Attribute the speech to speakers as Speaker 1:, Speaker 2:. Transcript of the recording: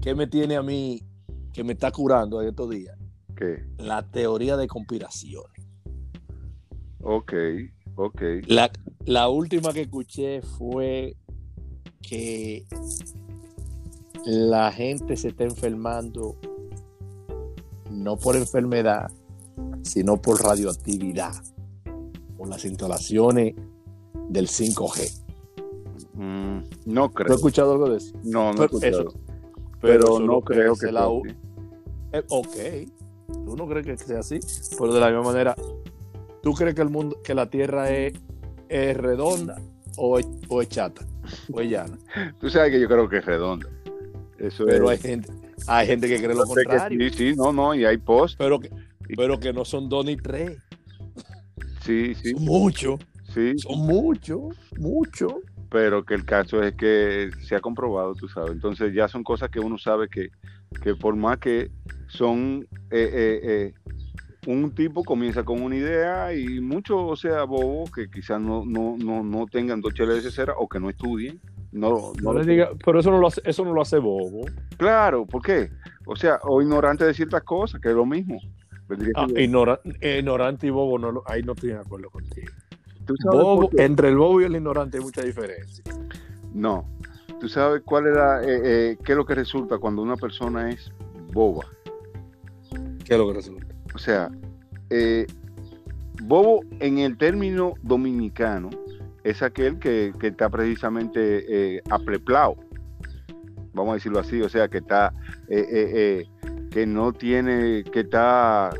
Speaker 1: ¿Qué me tiene a mí, que me está curando en estos días?
Speaker 2: ¿Qué?
Speaker 1: La teoría de conspiraciones.
Speaker 2: Ok, ok.
Speaker 1: La, la última que escuché fue que la gente se está enfermando no por enfermedad, sino por radioactividad, por las instalaciones del 5G.
Speaker 2: Mm, no
Speaker 1: ¿Tú has
Speaker 2: creo.
Speaker 1: escuchado algo de eso?
Speaker 2: No, no he
Speaker 1: Pero
Speaker 2: escuchado.
Speaker 1: eso-
Speaker 2: pero
Speaker 1: eso
Speaker 2: no
Speaker 1: lo
Speaker 2: creo
Speaker 1: dice
Speaker 2: que
Speaker 1: la
Speaker 2: sea
Speaker 1: U-
Speaker 2: así.
Speaker 1: Eh, ok, tú no crees que sea así, pero de la misma manera, ¿tú crees que el mundo, que la Tierra es, es redonda o es, o es chata o es llana?
Speaker 2: Tú sabes que yo creo que es redonda. Eso
Speaker 1: Pero hay
Speaker 2: es.
Speaker 1: gente, hay gente que cree lo
Speaker 2: Yo sé que
Speaker 1: contrario,
Speaker 2: sí, sí, no, no, y hay post.
Speaker 1: pero que, pero que no son dos ni tres,
Speaker 2: Sí, sí,
Speaker 1: son muchos,
Speaker 2: sí.
Speaker 1: son muchos, muchos.
Speaker 2: Pero que el caso es que se ha comprobado, tú sabes. Entonces ya son cosas que uno sabe que, que por más que son. eh, eh, eh, un tipo comienza con una idea y muchos, o sea, bobos que quizás no, no, no, no tengan dos cheles de cera o que no estudien. No, no,
Speaker 1: No
Speaker 2: lo
Speaker 1: le diga, pero eso no lo hace, eso no lo hace bobo.
Speaker 2: Claro, ¿por qué? O sea, o ignorante de ciertas cosas, que es lo mismo. Pues Vendría
Speaker 1: Ah,
Speaker 2: siendo-
Speaker 1: ignora- ignorante y bobo, no lo- ahí no estoy de acuerdo contigo.
Speaker 2: ¿Tú sabes
Speaker 1: Bobo, eh.
Speaker 2: por qué?
Speaker 1: entre el bobo y el ignorante hay mucha diferencia.
Speaker 2: No. ¿Tú sabes cuál era, eh, eh, qué es lo que resulta cuando una persona es boba?
Speaker 1: ¿Qué es lo que resulta?
Speaker 2: O sea, eh, bobo en el término dominicano es aquel que, que está precisamente eh, apleplao, vamos a decirlo así, o sea, que está, eh, eh, eh, que no tiene, que está